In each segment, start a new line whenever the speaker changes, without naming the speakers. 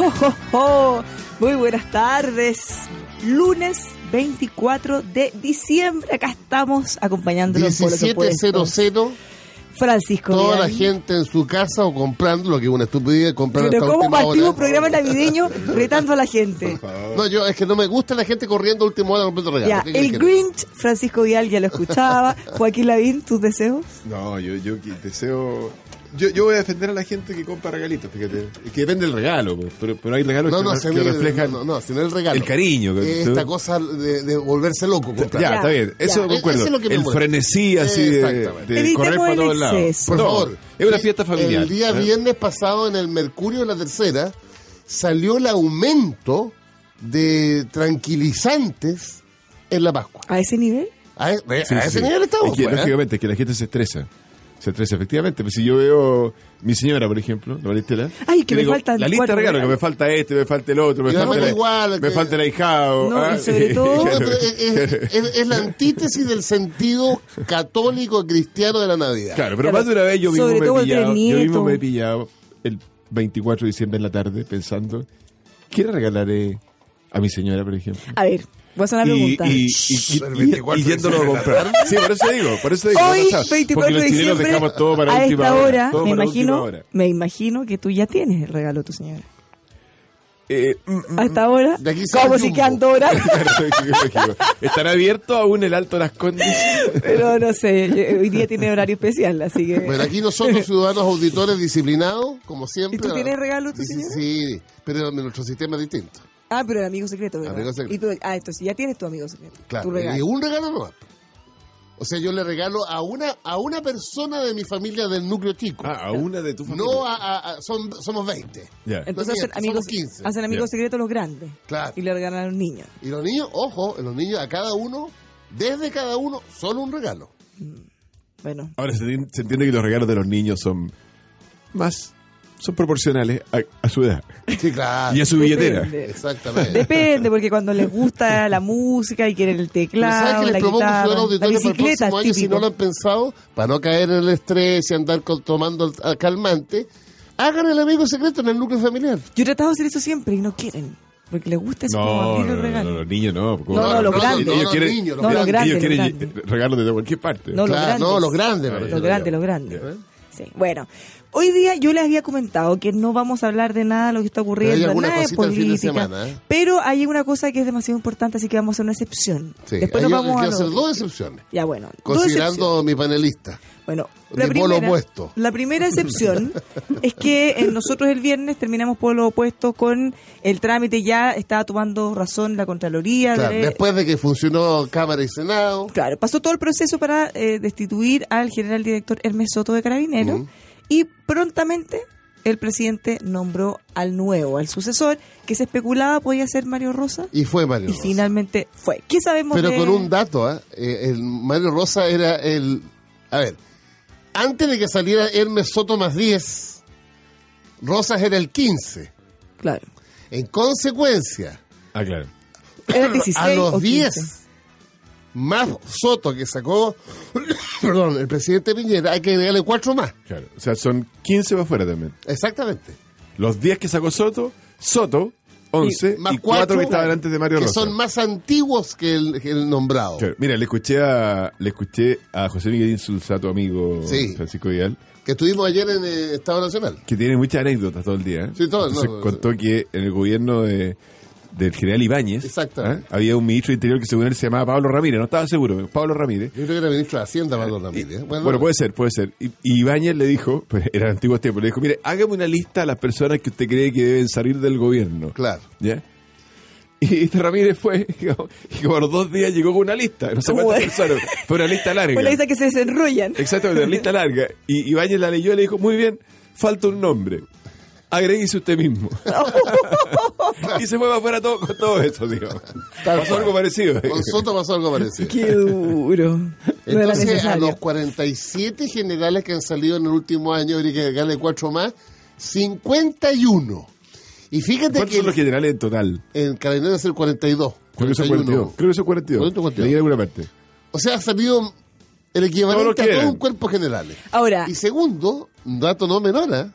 ¡Oh, oh, oh! Muy buenas tardes. Lunes 24 de diciembre. Acá estamos acompañándonos por lo que puede ser.
1700,
Francisco.
toda la
Vidal.
gente en su casa o comprando, lo que es una estupidez, comprar
Pero
hasta
como
última
partimos
hora.
un programa navideño retando a la gente.
No, yo, es que no me gusta la gente corriendo a última hora comprando regalos.
Ya,
¿Qué quieres
el
que-
Grinch, Francisco Vidal ya lo escuchaba. Joaquín Lavín, tus deseos.
No, yo, yo que- deseo. Yo, yo voy a defender a la gente que compra regalitos, fíjate. Es que depende del regalo, pues, pero, pero hay regalos
No,
que,
no,
re-
se
que
mide-
reflejan.
no, no, sino el regalo.
el cariño. que-
Esta cosa de, de volverse loco
Ya,
comprar.
está bien.
ya.
Eso
E-
concuerdo.
eso es lo que me
el
molesta.
frenesí así de,
Exactamente.
de correr
Evitemos
para
el
todos lados.
exceso.
Por
No,
favor.
Es una
Sí,
fiesta familiar.
El día
¿eh?
viernes pasado en el Mercurio de la Tercera salió el aumento de tranquilizantes en la Pascua.
A ese nivel.
A, a- a
Sí, sí,
ese
sí.
nivel estamos.
Es que,
pues, ¿eh?
lógicamente, es que la gente se estresa. Se estresa, efectivamente. Pero si yo veo mi señora, por ejemplo, la Maristela.
Ay, que
yo
me
digo,
faltan
La lista de
cuatro
regalos, que
regalos.
me falta este, me falta el otro, me
Y
falta,
además
la-
igual,
me
que-
falta el ahijado.
No,
ah,
y sobre todo-
No,
claro.
pero es, es- es- es la antítesis del sentido católico cristiano de la Navidad.
Claro, pero
Claro,
más de una vez yo mismo,
sobre
me
todo
he
entre
pillado, yo mismo
nietos.
me he pillado el 24 de diciembre en la tarde pensando, ¿qué le regalaré a mi señora, por ejemplo?
A ver, voy a hacer una
Y,
pregunta.
y, y, y-
El
y-
24
y yéndolo a comprar. Sí, por eso digo, por eso digo.
Hoy,
no pasa,
24 de
porque los chilenos
diciembre,
dejamos todo para
a
última
esta
hora.
hora,
todo
me
para última
imagino,
hora.
me imagino que tú ya tienes el regalo de tu señora.
Eh, mm, mm,
A esta hora,
De aquí sale
como si
Jumbo.
quedando horas.
claro, lógico. Estará abierto aún el Alto Las Condes.
Pero no sé, eh, hoy día tiene horario especial, así que...
Pero aquí nosotros, ciudadanos auditores disciplinados, como siempre. ah,
¿Y tú tienes regalo, tú,
Sí,
señora?
Sí, pero nuestro sistema es distinto.
Ah, pero el amigo secreto, ¿verdad?
Amigo secreto.
Y tú- ah, entonces ya tienes tu amigo secreto. Tu
Claro.
regalo.
Y un regalo no O sea, yo le regalo a una, a una persona de mi familia del núcleo chico.
Ah, a una de tus
no a, a- a- son, somos 20.
Ya.
Entonces
Lo
hacen
siento,
amigos,
somos 15.
hacen amigos
Ya.
secretos los grandes.
Claro.
Y le regalan a los niños.
Y los niños, ojo, los niños a cada uno, desde cada uno, solo un regalo.
Bueno,
Ahora se, tien- se entiende que los regalos de los niños son más, son proporcionales a, a su edad
Sí, claro.
y
Ah,
a su billetera.
depende.
Exactamente.
Depende, porque cuando les gusta la música y quieren el
Pero ¿Sabes
teclado,
que
la
les propongo
guitarra,
ciudadanos
la
auditores para el
bicicleta,
próximo año, si
típico.
no lo han pensado, para no caer en el estrés y andar con- tomando el- al calmante? Hagan el amigo secreto en el núcleo familiar.
Yo he tratado de hacer eso siempre y no quieren, porque les gusta eso, como
No,
abrir
no,
el
no,
regalo.
no, los niños no. como-
No, no, los
ellos
grandes.
No, los
quieren-
niños, los
No, los
ellos
grandes, los
quieren
grandes.
regalos de cualquier parte.
No, los
Claro,
grandes.
no, los grandes. me
Ah,
refiero
Lo
Los
yo.
grande,
ya.
lo grande.
Ya.
Sí, bueno. Hoy día yo les había comentado que no vamos a hablar de nada de lo que está ocurriendo,
Pero hay alguna
nada de
cosita el fin de
política.
semana, ¿eh?
Pero hay una cosa que es demasiado importante, así que vamos a hacer una excepción.
Sí,
Después nos
ahí yo
vamos a
quiero
lo-
hacer dos excepciones.
Ya bueno, dos excepciones.
Considerando mi panelista.
bueno,
de polo opuesto.
la primera excepción es que eh, nosotros el viernes terminamos por lo opuesto con el trámite ya estaba tomando razón la Contraloría.
Claro,
de-
después de que funcionó Cámara y Senado,
Claro, pasó todo el proceso para eh, destituir al general director Hermes Soto de Carabineros
Mm.
y prontamente el presidente nombró al nuevo, al sucesor, que se especulaba podía ser Mario Rosa
y fue Mario
y
Rosa.
finalmente fue. ¿Qué sabemos
Pero
de-
con un dato, ¿ah? Eh, el Mario Rosa era el... A ver, antes de que saliera Hermes Soto más 10, Rosas era el 15.
Claro.
En consecuencia,
Ah, claro.
Era 16
a
o
los
15.
10 más Soto que sacó, perdón, el presidente Piñera, hay que agregarle cuatro más.
claro. O sea, son 15 para afuera también.
Exactamente.
Los 10 que sacó Soto, Soto, 11,
Más
y 4 que estaban
claro,
antes de Mario
que
Rosa.
son más antiguos que el, que el nombrado.
Claro, Mira, le escuché a, le escuché a José Miguel Insulza, tu amigo
Sí.
Francisco Vidal,
Que estuvimos ayer en eh, Estado Nacional.
que tiene muchas anécdotas todo el día. ¿eh?
Sí, todo,
Entonces
no,
contó que en el gobierno de, del general Ibáñez
Exactamente.
¿ah? había un ministro de interior que según él se llamaba Pablo Ramírez, no estaba seguro, Pablo Ramírez.
Yo creo que era ministro de Hacienda, Pablo Ramírez. ¿eh?
Bueno, puede ser, puede ser. Y, y Ibáñez le dijo, pues era antiguos tiempos, le dijo, mire, hágame una lista de las personas que usted cree que deben salir del gobierno.
Claro.
¿Ya? Y este Ramírez fue, digamos, y por dos días llegó con una lista, no sé
¿Cómo
cuántas
es?
personas, fue una lista larga.
Pues le dicen que se desenrollan.
Exactamente, la lista larga. Y Ibáñez la leyó y le dijo, muy bien, falta un nombre. Agréguese usted mismo. y se fue para afuera todo, con todo eso, digamos.
Tal
Pasó
cual.
algo parecido.
Con Soto pasó
eh,
algo parecido.
Qué duro. No era
Entonces, a
necesario.
los 47 generales que han salido en el último año, habría que agregarle cuatro más, 51. Y fíjate
¿Cuántos
que
son los generales en total?
en Carabineros es el 42.
Creo que son 42.
41.
Creo que son 42.
42.
Leí en alguna parte.
O sea, ha salido el
Todos los
equivalente
que
a todo
eran.
un cuerpo general.
Ahora,
Y segundo, un dato no menor, ¿ah?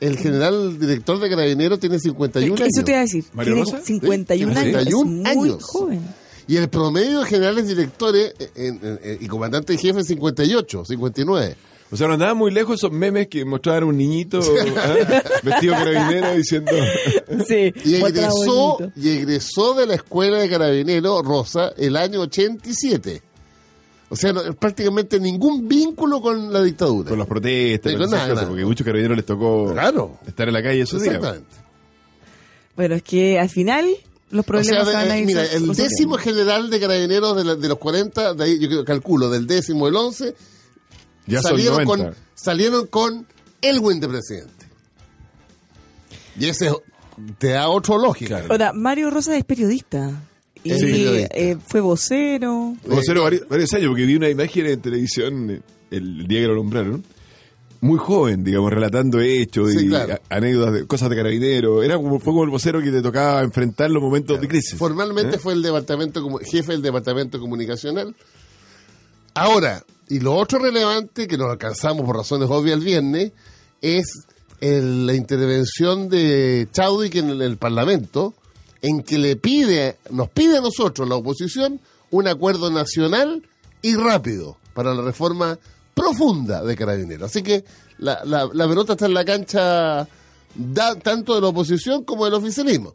el general director de Carabineros tiene 51 años.
eso te iba a decir.
¿Mario
Tiene
Rosa?
51
Sí,
años.
51
es muy
años.
joven.
Y el promedio de generales directores eh, en- en- en- y comandante jefe es 58, 59.
O sea, no andaban muy lejos esos memes que mostraban a un niñito ¿ah? vestido de carabinero diciendo...
Sí,
Y
otra
egresó,
bonito.
y egresó de la escuela de carabinero Rosa el año 87. O sea, no- prácticamente ningún vínculo con la dictadura.
con las protestas,
Sí,
con
con
esas
nada,
cosas,
nada.
porque a muchos carabineros les tocó
Claro.
estar en la calle esos días.
Exactamente.
Bueno, es que al final los
O sea,
problemas
de- eh,
van a ir
mira,
sol-
el
resolviendo.
décimo general de carabineros de, la- de los 40, de ahí yo creo- calculo, del décimo al 11,
Ya
salieron
son 90.
con, salieron con Elwin de presidente. Y ese es- te da otro lógica.
Ahora, Mario Rosa es periodista. Y
Es periodista.
eh, fue vocero.
Vocero varios, varios años, porque vi una imagen en televisión eh, el día que lo nombraron. Muy joven, digamos, relatando hechos
Sí,
y
claro.
a- anécdotas de cosas de carabinero. Era como, fue como el vocero que te tocaba enfrentar los momentos de crisis.
Formalmente
¿Eh?
fue el departamento comu- jefe del departamento comunicacional. Ahora, y lo otro relevante que nos alcanzamos por razones obvias el viernes es el- la intervención de Chadwick en el, el Parlamento, en que le pide, nos pide a nosotros, la oposición, un acuerdo nacional y rápido para la reforma profunda de Carabineros. Así que la, la, la pelota está en la cancha da- tanto de la oposición como del oficialismo.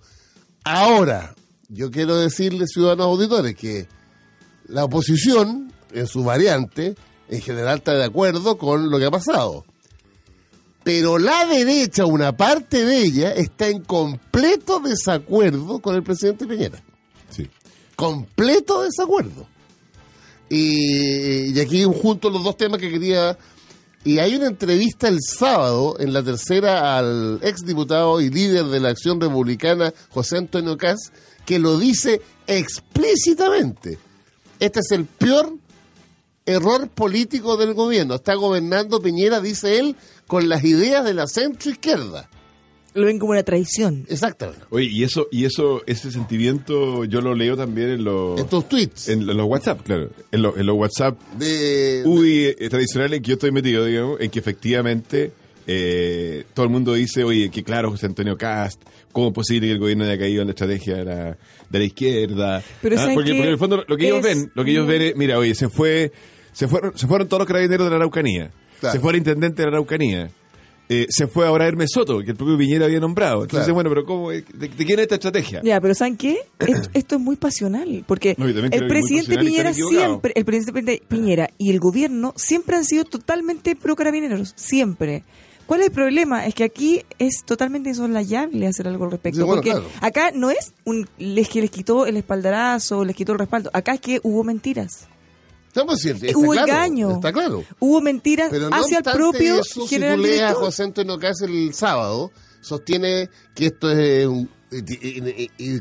Ahora, yo quiero decirles, ciudadanos auditores, que la oposición, en su variante, en general está de acuerdo con lo que ha pasado. Pero la derecha, una parte de ella, está en completo desacuerdo con el presidente Piñera.
Sí.
Completo desacuerdo. Y, y aquí junto los dos temas que quería... Y hay una entrevista el sábado en la tercera al exdiputado y líder de la acción republicana José Antonio Caz que lo dice explícitamente. Este es el peor error político del gobierno. Está gobernando Piñera, dice él, con las ideas de la centroizquierda.
Lo ven como una traición.
Exactamente.
Oye, y eso, y eso, ese sentimiento yo lo leo también en los,
Estos tweets
en los WhatsApp, claro. En, los- en los WhatsApp
de...
UDI eh, tradicional en que yo estoy metido, digamos, en que efectivamente eh, todo el mundo dice, oye, que claro, José Antonio Cast, ¿cómo es posible que el gobierno haya caído en la estrategia de la, de la izquierda? Ah,
Pero ¿saben
porque,
qué?
porque en el fondo lo que
Es-
ellos ven, lo que ellos ven es, mira, oye, se fue, se fueron, se fueron todos los carabineros de la Araucanía,
Claro.
se fue el intendente de la Araucanía. eh, se fue ahora Hermes Soto, que el propio Piñera había nombrado. Entonces,
Claro.
bueno, pero ¿cómo, es? ¿De, de quién es esta estrategia?
Ya, pero ¿saben qué? Esto, esto es muy pasional, porque
No, yo también creo
el
que es muy
presidente
pasional y
Piñera
están equivocados.
siempre, el presidente Piñera y el gobierno siempre han sido totalmente pro carabineros, siempre. ¿Cuál es el problema? Es que aquí es totalmente insoslayable hacer algo al respecto,
Sí, bueno,
porque
claro.
acá no es un les que les quitó el espaldarazo, les quitó el respaldo, acá es que hubo mentiras.
Estamos ciertos, está
Hubo
claro,
engaño.
Está claro.
Hubo mentiras
Pero no
hacia el
obstante
propio
eso, si
general
tú lees a
director.
José Antonio Caz el sábado, sostiene que esto es eh, un- y- y- eh, y- y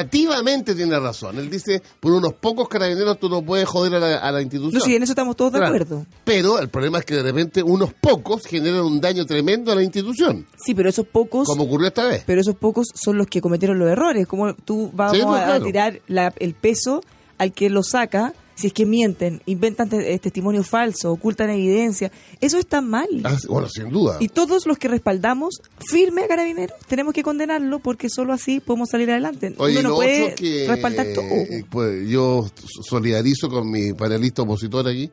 cuantitativamente tiene razón. Él dice, por unos pocos carabineros tú no puedes joder a la, a la institución.
No, sí, en eso estamos todos de
Claro.
acuerdo.
Pero el problema es que de repente unos pocos generan un daño tremendo a la institución,
Sí, pero esos pocos
como ocurrió esta vez.
pero esos pocos son los que cometieron los errores. Como tú vamos
Sí, pues,
a, a
claro.
tirar la- el peso al que lo saca si es que mienten, inventan te- eh, testimonio falso, ocultan evidencia, eso está mal.
Ah, bueno, sin duda.
Y todos los que respaldamos firme a Carabineros tenemos que condenarlo porque solo así podemos salir adelante.
Oye,
Uno
lo
no puede
otro que
respaldar todo.
eh, pues, yo solidarizo con mi panelista opositor aquí,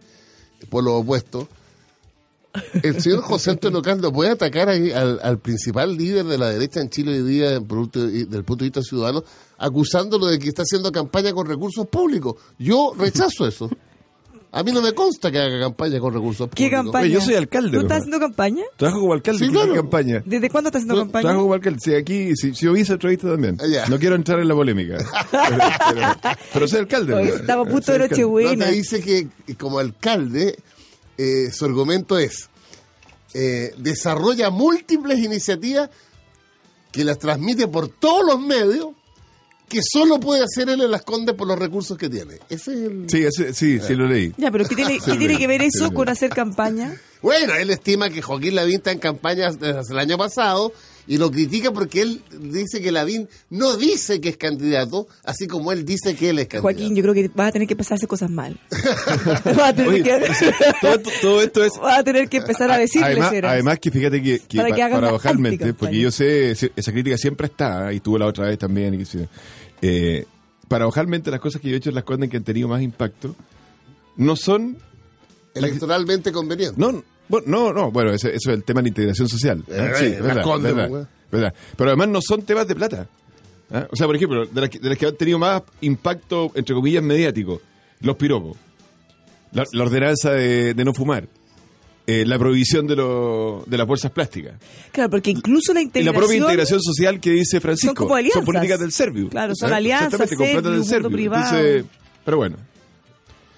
por lo opuesto. El señor José Antonio Castro puede atacar ahí al, al principal líder de la derecha en Chile hoy día por ulti- desde el punto de vista ciudadano, acusándolo de que está haciendo campaña con recursos públicos. Yo rechazo eso. A mí no me consta que haga campaña con recursos
¿Qué
públicos.
campaña?
Oye, yo soy alcalde,
¿Tú
¿no?
estás haciendo campaña?
Trabajo como alcalde
Sí,
en la
claro.
campaña.
¿Desde cuándo estás haciendo campaña?
Trabajo como alcalde. Sí, aquí, si, si yo hice entrevista también.
Ah, ya.
No quiero entrar en la polémica. Pero, pero- pero soy alcalde.
Oye,
¿no?
estamos a punto
Soy
de
alcalde.
Nochebuena.
Rata dice que eh, como alcalde eh, su argumento es eh, desarrolla múltiples iniciativas que las transmite por todos los medios que solo puede hacer él en las condes por los recursos que tiene. Ese es el...
Sí, ese- sí, sí lo leí.
Ya, pero ¿qué tiene, qué tiene que ver eso
sí.
con hacer campaña?
Bueno, él estima que Joaquín Lavín está en campaña desde el año pasado y lo critica porque él dice que Lavín no dice que es candidato, así como él dice que él es candidato.
Joaquín, yo creo que vas a tener que empezar a hacer cosas mal. Vas a tener,
Oye,
que,
Todo, esto- todo esto es
vas a tener que empezar a decirles
además,
Eras.
además que fíjate que, que
Para
pa-
que
para,
hagan una
bajar mente,
anticampaña.
porque yo sé, se- esa crítica siempre está, y tuvo la otra vez también, y qué sé yo. Eh, para bajar mente las cosas que yo he hecho en las condes que han tenido más impacto, no son
Electoralmente conveniente.
no, bueno, no, no, bueno, ese- eso es el tema de la integración social. ¿eh?
Eh,
Sí,
eh,
verdad,
las Condes,
verdad,
pues, weón.
verdad. Pero además no son temas de plata. ¿ah? O sea, por ejemplo, de las, que, de las que han tenido más impacto, entre comillas, mediático, los piropos, la, la ordenanza de, de no fumar, eh, la prohibición de, lo- de las bolsas plásticas,
Claro, porque incluso la
y la
integración...
propia integración social que dice
son
Francisco.
como alianzas.
políticas del serbio.
Claro, son
¿ah?
alianzas,
Exactamente, con plata
Serviu,
del
mundo
serbio.
privado.
Entonces, pero bueno.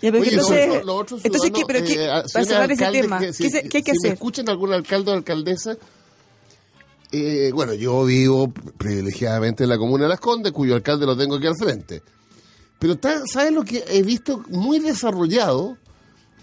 Ya, pero
Oye,
entonces,
lo- lo- lo otro
entonces ¿qué,
ciudadano,
pero qué,
eh,
para
señores
cerrar ese
alcaldes
tema,
que si-
¿qué, se- qué hay que
si me
hacer?
escuchan algún alcalde o alcaldesa, eh, bueno, yo vivo privilegiadamente en la comuna de Las Condes, cuyo alcalde lo tengo aquí al frente. Pero ta- ¿sabes lo que he visto muy desarrollado?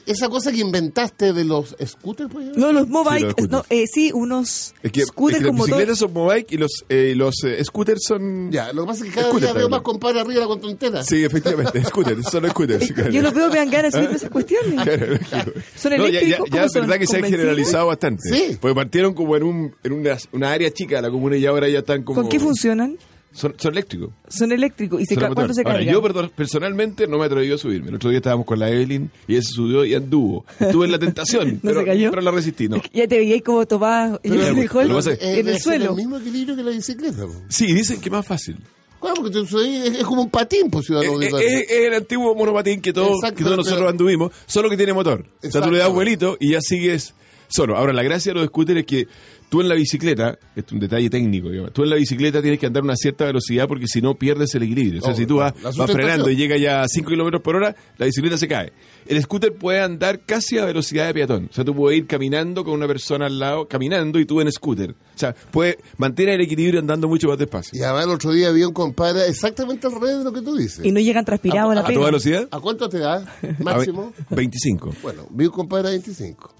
Esa cosa que inventaste de los scooters, pues,
No, los
Sí,
mobile,
los scooters.
no, eh, sí, unos
Es que, es
scooters
que las
como
bicicletas
todos.
son mobike y los, eh, los eh, scooters son...
ya, lo que pasa es que cada
Scooter
día veo
también.
más compadre arriba de la contontera.
Sí, efectivamente, scooters, son scooters. claro.
Yo los veo, me dan ganas de subirme a esas cuestiones.
Claro, claro.
Son
No, ya- ya,
eléctricos,
ya
¿cómo son?
es verdad que se han
¿Con benzina?
generalizado bastante.
Sí.
Porque partieron como en, un, en una, una área chica de la comuna y ahora ya están como...
¿Con qué funcionan?
Son, son eléctricos.
Son eléctricos. ¿Y se
son a
ca-
motor.
cuándo se
Ahora,
cargan?
yo perdón, personalmente no me atreví a subirme. El otro día estábamos con la Evelyn y ella se subió y anduvo. Estuve en la tentación,
¿No
pero,
se cayó?
pero la resistí. No.
Ya te veía ahí como tomabas el
Pero-
frijol
lo que pasa es-
Eh,
en
debe
el
ser
suelo.
el mismo equilibrio que la bicicleta. pues.
Sí, dicen que más fácil.
Claro, porque tú soy- es, es como un patín, pues,
Es,
ciudadano.
es- Eh, es el antiguo monopatín que todos,
Exacto,
que todos nosotros
pero-
anduvimos, solo que tiene motor. O sea, tú le das
Exacto.
vuelito y ya sigues solo. Ahora, la gracia de los scooters es que tú en la bicicleta, esto es un detalle técnico, digamos, tú en la bicicleta tienes que andar a una cierta velocidad porque si no pierdes el equilibrio. O sea,
Oh,
si tú vas,
la
vas
sustentación.
frenando y llega ya a 5 kilómetros por hora, la bicicleta se cae. El scooter puede andar casi a velocidad de peatón. O sea, tú puedes ir caminando con una persona al lado, caminando y tú en scooter. O sea, puedes mantener el equilibrio andando mucho más despacio.
Y además el otro día vi un compadre exactamente al revés de lo que tú dices.
Y no llegan transpirados a la
¿A toda
pena.
velocidad?
¿A cuánto te da
A ve-
máximo?
25.
Bueno, vi un compadre a 25.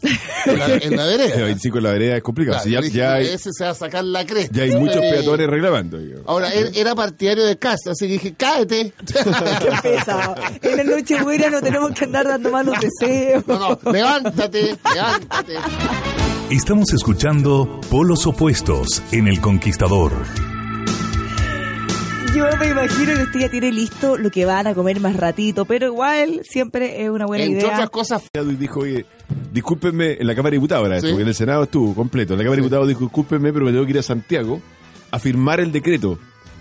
En la, en la vereda.
Eh, 25 en la vereda es complicado.
Claro,
Si ya,
dije,
ya hay,
Ese se va a sacar la cresta.
ya hay muchos
Eh,
peatones reclamando. digamos.
Ahora, él era partidario de casa, así que dije, cállate.
Qué pesado. En la noche buena no tenemos que andar dando malos deseos.
No, no, levántate, levántate.
Estamos escuchando Polos Opuestos en El Conquistador.
Yo me imagino que usted ya tiene listo lo que van a comer más ratito, pero igual siempre es una buena
Entre
idea.
otras cosas,
Y dijo, oye, discúlpenme, en la Cámara de Diputados ahora
Sí.
estuvo, en el Senado estuvo completo. En la Cámara de Diputados dijo, discúlpenme, pero me tengo que ir a Santiago a firmar el decreto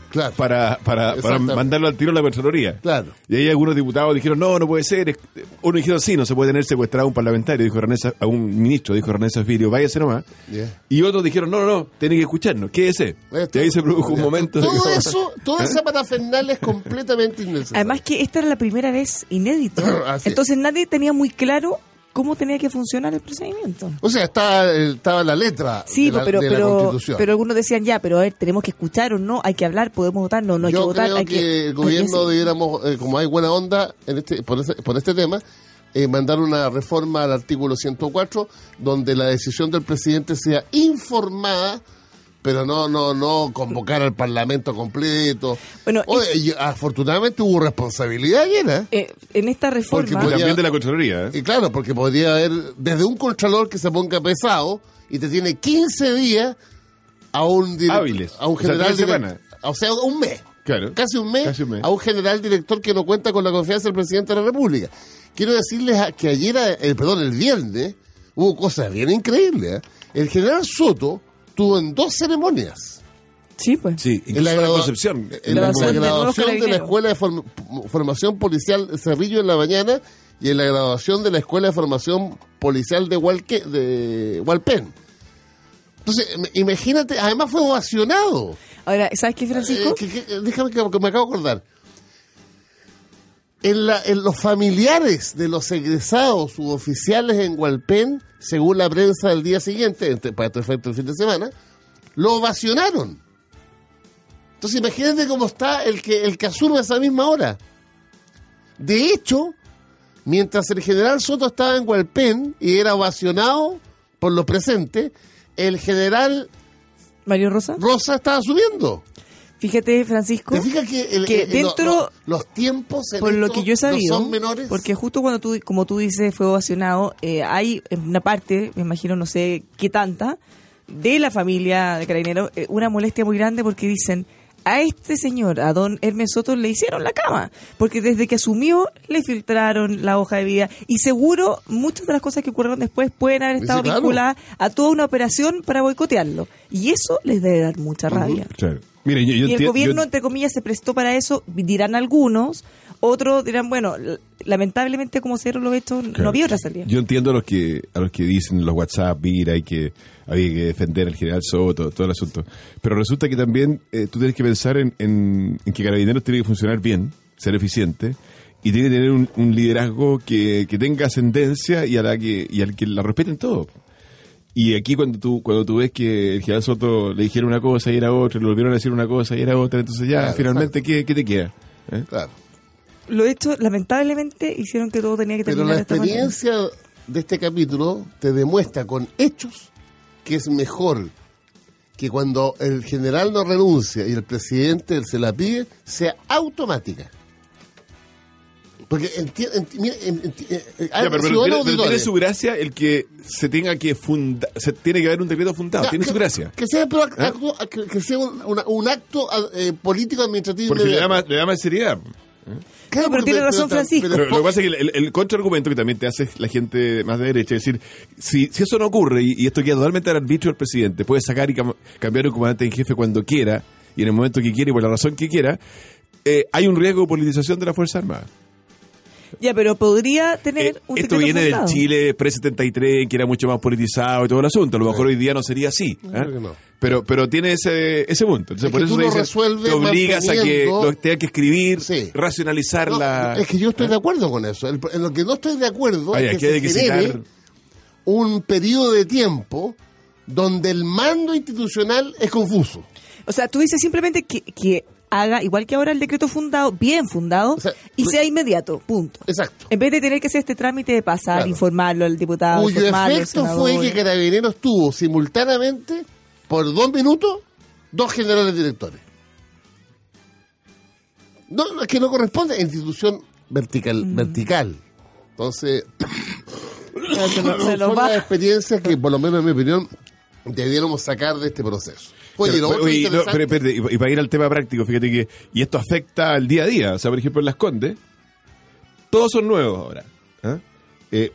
claro,
para, para, para
Exactamente.
mandarlo al tiro a la Contraloría.
Claro.
Y ahí algunos diputados dijeron, no, no puede ser. es- Uno dijeron, sí, no se puede tener secuestrado a un parlamentario, dijo René, Sa- a un ministro, dijo René Zaffirio, váyase nomás.
Ya.
Y otros dijeron, no, no, no, tiene que escucharnos, quédese.
esto-
y ahí se produjo un
ya.
momento.
Todo
digamos.
eso, toda esa parafernalia es completamente innecesaria.
Además que esta era la primera vez inédito.
Así es.
Entonces nadie tenía muy claro cómo tenía que funcionar el procedimiento.
o sea, estaba, estaba la letra
Sí, pues,
de la,
pero,
de la
pero,
Constitución.
pero algunos decían ya, pero a ver, tenemos que escuchar o no, hay que hablar, podemos votar, no, no hay que
Yo
votar.
creo
hay
que, el gobierno debiéramos, eh, como hay buena onda en este, por, ese- por este tema, eh, mandar una reforma al artículo 104 donde la decisión del presidente sea informada pero no, no, no convocar al Parlamento completo.
Bueno,
Oye, y afortunadamente hubo responsabilidad llena.
Eh, en esta
Porque
reforma,
Y
podía-
también de la Contraloría. ¿eh?
Y claro, porque podría haber desde un contralor que se ponga pesado y te tiene 15 días a un direct-
Hábiles.
a un
O sea,
general
tres
direct-
semanas.
o sea, un mes.
Claro.
Casi un mes,
¿Eh? Casi un mes.
a un general director que no cuenta con la confianza del presidente de la República. Quiero decirles a- que ayer, eh, el, perdón, el viernes, hubo cosas bien increíbles. ¿eh? El general Soto tuvo en dos ceremonias.
sí, pues.
Sí,
En
incluso la
gradua-
concepción.
En la,
Graduación
la
de nuevos
graduación de la
carabineros.
Escuela de Form- Formación Policial Cerrillo en la mañana y en la graduación de la Escuela de Formación Policial de, Hualque, de Hualpén. Entonces, im- imagínate, además fue ovacionado.
Ahora, ¿sabes qué,
Eh,
Francisco?
que- que- déjame que, que me acabo de acordar. En, la- en los familiares de los egresados suboficiales en Hualpén, según la prensa del día siguiente, entre- para este efecto el fin de semana, lo ovacionaron. Entonces imagínate cómo está el que, el que asume a esa misma hora. De hecho, mientras el general Soto estaba en Hualpén y era ovacionado por los presentes, el general
Mario Rosa.
Rosa estaba subiendo.
Fíjate, Francisco.
¿Te fijas que, el- eh,
Que
el- el-
dentro-
lo- lo- los tiempos en
por lo
esto
que yo he sabido,
no son menores? eh,
porque justo cuando tú, como tú dices, fue ovacionado, eh, hay en una parte, me imagino, no sé qué tanta, de la familia de Carabinero, eh, una molestia muy grande porque dicen, a este señor, a don Hermes Soto, le hicieron la cama, porque desde que asumió le filtraron la hoja de vida y seguro muchas de las cosas que ocurrieron después pueden haber
Sí,
estado
claro.
vinculadas a toda una operación para boicotearlo. Y eso les debe dar mucha rabia.
Claro. Mire, yo, yo
Y el
enti-
gobierno,
yo-
entre comillas, se prestó para eso, dirán algunos. Otros dirán, bueno, l- lamentablemente, como se dieron los hechos, no
claro.
había otra salida.
Yo entiendo a los que, a los que dicen en los WhatsApp, mira, hay que, había que defender al general Soto, todo el asunto. Pero resulta que también eh, tú tienes que pensar en, en- en que Carabineros tiene que funcionar bien, ser eficiente, y tiene que tener un, un liderazgo que, que tenga ascendencia y, a la que, y al que la respeten todo. Y aquí cuando tú, cuando tú ves que el general Soto le dijeron una cosa y era otra, le volvieron a decir una cosa y era otra, entonces ya,
Claro,
finalmente, ¿qué, qué te queda? ¿Eh?
Claro.
Los hechos, lamentablemente, hicieron que todo tenía que
Pero
terminar
la
de esta manera.
experiencia de este capítulo te demuestra con hechos que es mejor que cuando el general no renuncia y el presidente se la pide, sea automática. Porque entiende... eh,
Ya, pero, pero tiene, pero tiene su gracia el que se tenga que fundar, se tiene que haber un decreto fundado,
Ya,
tiene
que-
su gracia. ¿Eh?
Que sea, pero, acto- que, que sea un, una- un acto eh, político administrativo.
Porque le da,
inmediato.
más, le da más seriedad.
Claro,
No, pero tiene razón Francisco.
Pero lo
po-
que pasa es que el, el contraargumento que también te hace la gente más de derecha es decir, si, si eso no ocurre y, y esto queda totalmente al arbitrio del presidente, puede sacar y cam- cambiar un comandante en jefe cuando quiera y en el momento que quiera y por la razón que quiera, eh, hay un riesgo de politización de la Fuerza Armada.
Ya, pero podría tener
Eh,
un
esto
decreto
viene del
fundado.
Chile pre-73, que era mucho más politizado y todo el asunto. A lo mejor hoy día no sería así. ¿eh?
creo que no.
Pero, pero tiene ese, ese punto. Entonces,
Es
por
que
eso
tú
te
lo
dicen,
resuelves
te obligas a que
manteniendo-
lo tengas que escribir,
Sí.
racionalizar
No,
la. ¿Eh?
Es que yo estoy de acuerdo con eso. El- en lo que no estoy de acuerdo
Ay,
es
aquí
que se
hay que
genere
citar-
un periodo de tiempo donde el mando institucional es confuso.
O sea, tú dices simplemente que, que haga, igual que ahora, el decreto fundado, bien fundado,
O sea,
y
lo-
sea inmediato, punto.
Exacto.
En vez de tener que hacer este trámite de pasar,
Claro.
informarlo al diputado,
Cuyo
informarlo al
efecto fue
senador.
que Carabineros tuvo simultáneamente, por dos minutos, dos generales directores. No, no, es que no corresponde a institución vertical. vertical. Entonces,
Se nos- se nos
son
va.
las experiencias que, por lo menos en mi opinión, debiéramos sacar de este proceso. Oye, lo
Pero-
otro
oye, no,
interesante-
pero, espérate, y, y para ir al tema práctico, fíjate que. Y esto afecta al día a día. O sea, por ejemplo, en Las Condes, todos son nuevos ahora. ¿eh? Eh,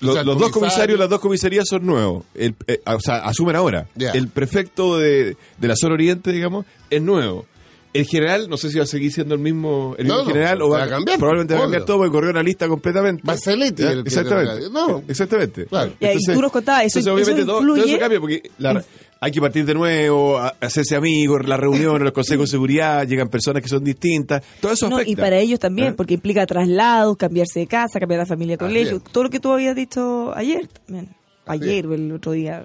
lo-
O sea, el
los dos
comisario-
comisarios, las dos comisarías son nuevos. El- eh, o sea, asumen ahora.
Ya.
El prefecto de, de la zona oriente, digamos, es nuevo. El general, no sé si va a seguir siendo el mismo, el
No,
mismo
no,
general o
va a cambiar,
probablemente va a cambiar
obvio.
todo porque corrió una lista completamente.
Va a ser Leti
¿Ya?
el que-
Exactamente.
no.
Exactamente.
Claro.
Y ahí tú nos contabas, eso-
entonces,
eso
obviamente, todo- todo
influye-
eso cambia porque la- hay que partir de nuevo, a- hacerse amigos, las reuniones, los consejos de seguridad, llegan personas que son distintas, todo eso
No,
afecta.
y para ellos también,
¿Eh?
porque implica traslados, cambiarse de casa, cambiar la familia de
Así
colegio,
es.
todo lo que tú habías dicho ayer, también.
Así
ayer o el otro día.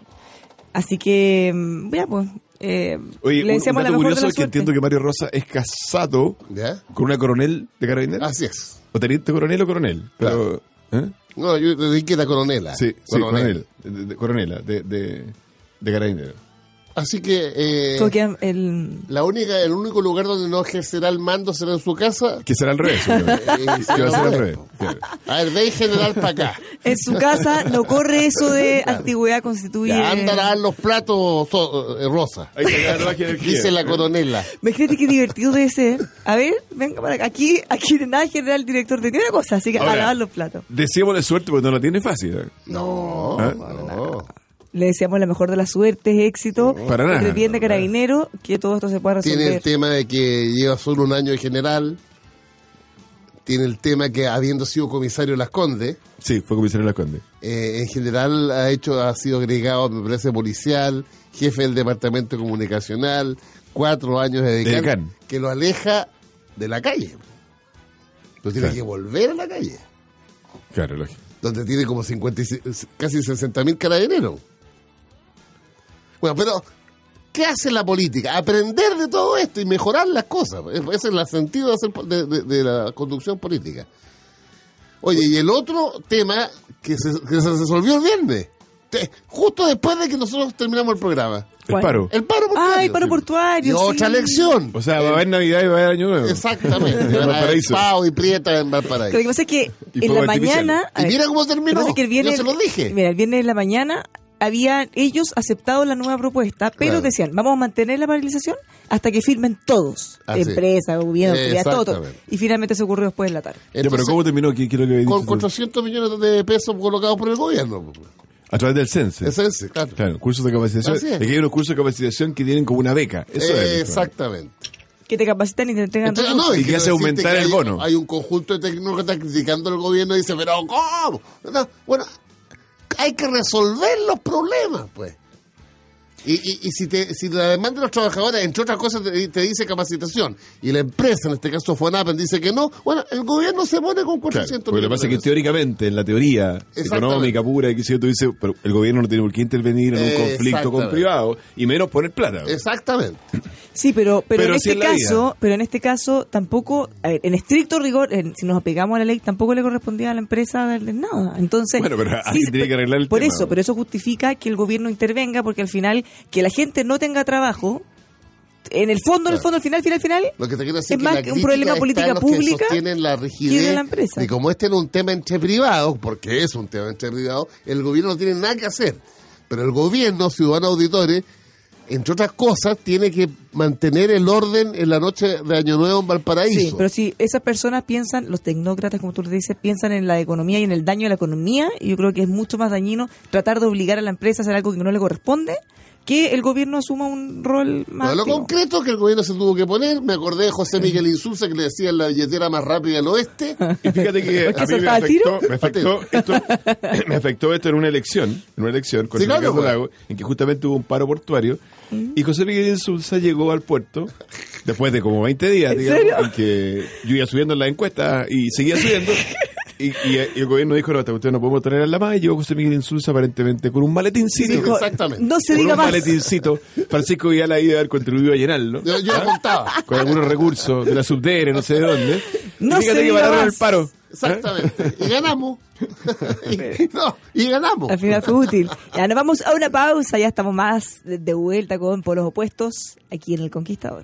Así que, mm, ya pues, eh,
Oye,
le
un, un
deseamos la
dato
mejor de
curioso
la
es que
suerte.
entiendo que Mario Rosa es casado
¿Ya?
con una coronel de carabineros.
Así es.
O teniente coronel o coronel. Pero, ¿eh?
No, yo le dije que era coronela.
Sí, sí,
Ah, Coronel.
coronel. de- de- coronela, de, de, de carabineros.
Así que eh,
Como que el,
la única, el único lugar donde no ejercerá el mando será en su casa.
Que será al revés. señor.
Eh,
Que va a ser al
no,
revés.
A ver, ve general para acá.
en su casa no corre eso de antigüedad constituye.
Ya, anda a lavar los platos so- eh, rosa.
Hay que sacar la jerarquía.
Dice la coronela.
Imagínate qué divertido debe ser. A ver, venga para acá. Aquí, aquí de nada genera el director de ninguna cosa, así que
Ahora.
a lavar los platos.
Deseémosle suerte porque no la tiene fácil. ¿eh?
No,
¿Ah?
no.
Le deseamos la mejor de las suertes, éxito.
Para nada.
Que bien de carabinero, que todo esto se pueda
Tiene el
resolver.
tema de que lleva solo un año de general. Tiene el tema que habiendo sido comisario de Las Condes,
Sí, fue comisario de las Condes.
eh, en general ha hecho, ha sido agregado, me parece, policial, jefe del departamento comunicacional, cuatro años de decán,
De decán.
que lo aleja de la calle. Lo tiene
Claro.
que volver a la calle,
Claro, lógico.
donde tiene como 56, casi 60 mil carabineros. Bueno, pero ¿qué hace la política? Aprender de todo esto y mejorar las cosas. Ese es el sentido de, hacer po- de- de- de la conducción política. Oye, y el otro tema que se, que se resolvió el viernes, te- justo después de que nosotros terminamos el programa.
El
¿Cuál?
paro.
El paro portuario.
Ah, el paro portuario,
Y
sí.
otra lección.
O sea, va a haber Navidad y va a haber Año Nuevo.
Exactamente.
En Valparaíso.
Pau y Prieta en
Lo que
Valparaíso.
pasa es que
Y
en
fuego
la
artificial.
mañana. a
Y
ver,
mira cómo
Lo que
terminó.
pasa es que el viernes,
Yo se lo dije.
Mira, el viernes de la mañana habían ellos aceptado la nueva propuesta, pero
Claro.
decían, vamos a mantener la paralización hasta que firmen todos,
Así es.
empresa, gobierno, autoridad, todo, todo.
Ah, Exactamente.
Y finalmente se ocurrió después de la tarde.
Ya, pero
Entonces,
¿cómo terminó? ¿Qué, qué es lo que había
con
dicho?
400 millones de pesos colocados por el gobierno.
A través del CENSE.
Es ese, claro.
Claro, cursos de capacitación.
Así es.
Es que hay unos cursos de capacitación que tienen como una beca. Eso
Eh,
es.
Exactamente.
Que te capacitan y te entregan
Entonces,
recursos.
no,
Y que
quiero
hace
decirte
aumentar
que
el
hay-
bono.
Hay un conjunto de técnicos que están criticando al gobierno y dice, pero ¿cómo? No, bueno, hay que resolver los problemas, pues. Y, y- y si, te, si la demanda de los trabajadores, entre otras cosas, te, te dice capacitación, y la empresa, en este caso FONAPEN, dice que no, bueno, el gobierno se pone con
Claro,
400
porque lo que
millones
pasa
de
es que
pesos.
teóricamente, en la teoría económica pura, y que si tú dices, pero el gobierno no tiene por qué intervenir en un conflicto con
Exactamente.
privado, y menos poner plata.
Exactamente.
Sí, pero, pero,
Pero
en
sí
este
en la vida.
caso, pero en este caso tampoco, a ver, en estricto rigor, en- si nos apegamos a la ley, tampoco le correspondía a la empresa darles nada. Entonces,
Bueno, pero alguien tiene que arreglar el
por
tema.
eso, pero eso justifica que el gobierno intervenga, porque al final que la gente no tenga trabajo, en el fondo, en el fondo, al final, final, final,
Lo que te quiero decir
Es
que
más
la
que un
crítica
problema
está
política
en los
pública
que sostienen la rigidez
que de la empresa.
Y como este era un tema entre privados, porque es un tema entre privados, el gobierno no tiene nada que hacer. Pero el gobierno, ciudadanos auditores, entre otras cosas, tiene que mantener el orden en la noche de Año Nuevo en Valparaíso.
Sí, pero si esas personas piensan, los tecnócratas, como tú le dices, piensan en la economía y en el daño de la economía, y yo creo que es mucho más dañino tratar de obligar a la empresa a hacer algo que no le corresponde que el gobierno asuma un rol más.
Bueno, lo
activo.
concreto que el gobierno se tuvo que poner, me acordé de José Miguel Insulza que le decía la billetera más rápida del oeste.
Y fíjate que
¿Es que
a mí me
soltaba el
afectó,
tiro?
me, afectó esto, me afectó esto en una elección, en una elección con
Sí, claro,
Ricardo
pues.
Lago, en que justamente hubo un paro portuario y José Miguel Insulza llegó al puerto después de como 20 días,
¿En
digamos,
serio?
en que yo iba subiendo en la encuesta y seguía subiendo. Y, y- y el gobierno dijo, no, esta cuestión no podemos traer a la más. Y llegó José Miguel Insulza aparentemente con un maletincito.
Dijo,
Exactamente.
No se
con
diga
un
más.
maletincito. Francisco Vidal ahí debe haber contribuido a llenarlo
Yo, yo lo contaba.
con algunos recursos de la subdere, no sé de dónde.
No
y fíjate
se
que
diga
pararon el
más.
paro.
Exactamente. Y ganamos. Y- no, y ganamos.
Al final fue útil. Ya nos vamos a una pausa, ya estamos más de- de vuelta con Polos Opuestos aquí en El Conquistador.